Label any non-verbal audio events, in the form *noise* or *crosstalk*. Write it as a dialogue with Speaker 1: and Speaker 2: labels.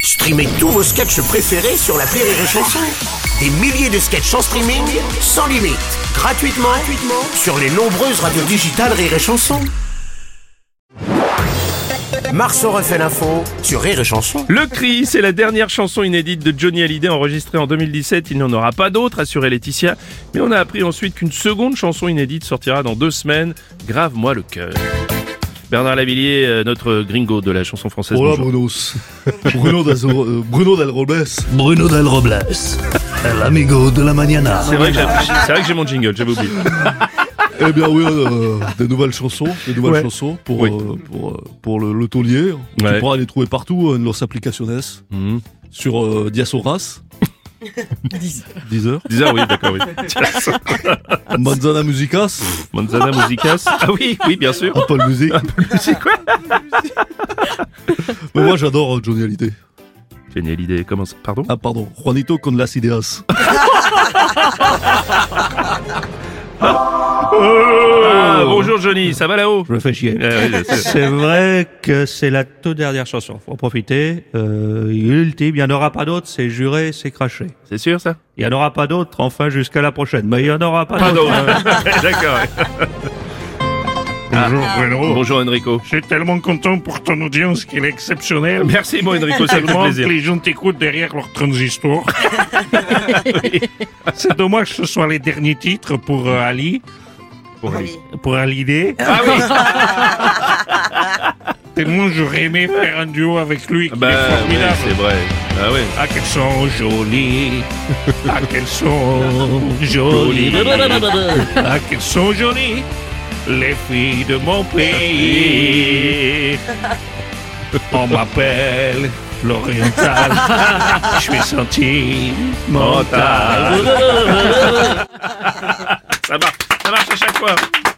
Speaker 1: Streamez tous vos sketchs préférés sur la Rire et Chanson. Des milliers de sketchs en streaming, sans limite, gratuitement, gratuitement sur les nombreuses radios digitales Rire et Chanson. Marceau refait l'info sur Rire et Chanson.
Speaker 2: Le cri, c'est la dernière chanson inédite de Johnny Hallyday enregistrée en 2017. Il n'y en aura pas d'autre, assurait Laetitia. Mais on a appris ensuite qu'une seconde chanson inédite sortira dans deux semaines. Grave-moi le cœur. Bernard Lavillier, euh, notre gringo de la chanson française.
Speaker 3: Hola
Speaker 2: bonjour.
Speaker 3: Brunos. *laughs* Bruno, d'Azo- euh, Bruno Del Robles.
Speaker 4: Bruno del Robles, el amigo de la mañana.
Speaker 2: C'est vrai que j'ai- c'est vrai que j'ai mon jingle, j'avais oublié.
Speaker 3: Eh bien oui, euh, des nouvelles chansons, des nouvelles
Speaker 2: Ouais.
Speaker 3: chansons pour
Speaker 2: Oui.
Speaker 3: euh, pour, euh, pour le, le taulier.
Speaker 2: Ouais.
Speaker 3: Tu pourras les trouver partout euh, dans nos applications
Speaker 2: Mhm.
Speaker 3: sur euh, Diasoras. Deezer.
Speaker 2: Bizarre, oui, d'accord, oui. Tiens,
Speaker 3: Ah, Manzana Musicas.
Speaker 2: Manzana Musicas. Ah oui, oui, bien sûr.
Speaker 3: Apple Music.
Speaker 2: C'est quoi
Speaker 3: *laughs* Mais moi j'adore euh, Johnny Hallyday.
Speaker 2: Johnny Hallyday, comment ça Pardon
Speaker 3: Ah pardon, Juanito con las ideas.
Speaker 2: Ah, bonjour Johnny, ça va là-haut
Speaker 5: Je me fais chier.
Speaker 2: Ah oui, je sais.
Speaker 5: C'est vrai que c'est la toute dernière chanson. Faut en profiter. Euh, ultime. Il n'y en aura pas d'autre. C'est juré, c'est craché.
Speaker 2: C'est sûr ça
Speaker 5: Il n'y en aura pas d'autre. Enfin, jusqu'à la prochaine. Mais il n'y en aura pas
Speaker 2: Pardon. hein.
Speaker 5: d'autre.
Speaker 2: D'accord.
Speaker 6: Bonjour Bruno.
Speaker 2: Ah, Bonjour Enrico.
Speaker 6: Je suis tellement content pour ton audience qu'elle est exceptionnelle.
Speaker 2: Merci moi Enrico, ça me fait
Speaker 6: Tellement que
Speaker 2: plaisir.
Speaker 6: les gens t'écoutent derrière leur
Speaker 2: *laughs*
Speaker 6: transistor. C'est dommage que ce soit les derniers titres pour euh, Ali,
Speaker 2: Pour Ali.
Speaker 6: pour Alidé.
Speaker 2: Ah oui
Speaker 6: *laughs* Tellement j'aurais aimé faire un duo avec lui qui
Speaker 2: Bah
Speaker 6: est
Speaker 2: oui,
Speaker 6: formidable.
Speaker 2: c'est vrai. Ah oui.
Speaker 6: ah qu'elles sont jolies, ah
Speaker 2: *laughs*
Speaker 6: qu'elles sont jolies, *laughs* ah qu'elles sont jolies, les filles de mon pays. On m'appelle l'oriental, je suis
Speaker 2: *laughs*
Speaker 6: sentimental.
Speaker 2: Ça marche, ça marche à chaque fois.